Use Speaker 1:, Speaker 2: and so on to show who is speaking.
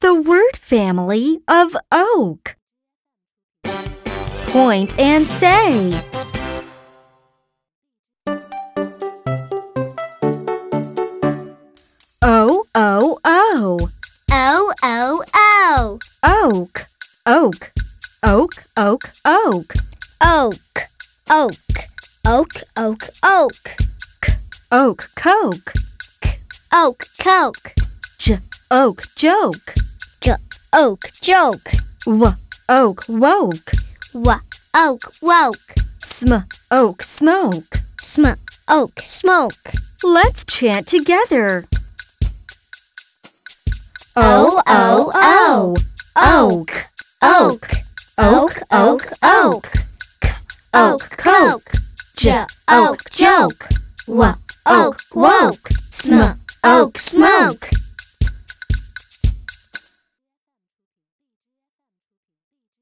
Speaker 1: the word family of oak. Point and say. O O O
Speaker 2: O O O.
Speaker 1: oak oak oak oak oak
Speaker 2: Oak. Oak. Oak, oak, oak.
Speaker 1: oak coke
Speaker 2: Oak, coke.
Speaker 1: j oak joke
Speaker 2: J- oak, joke.
Speaker 1: w oak woke
Speaker 2: W- oak, woke.
Speaker 1: sm oak smoke.
Speaker 2: Sm- oak, smoke.
Speaker 1: Let's chant together.
Speaker 2: O, O, O.
Speaker 1: Oak, oak, oak, oak, oak, oak, coke, j, oak, joke, w, oak, woke, sm, oak, smoke.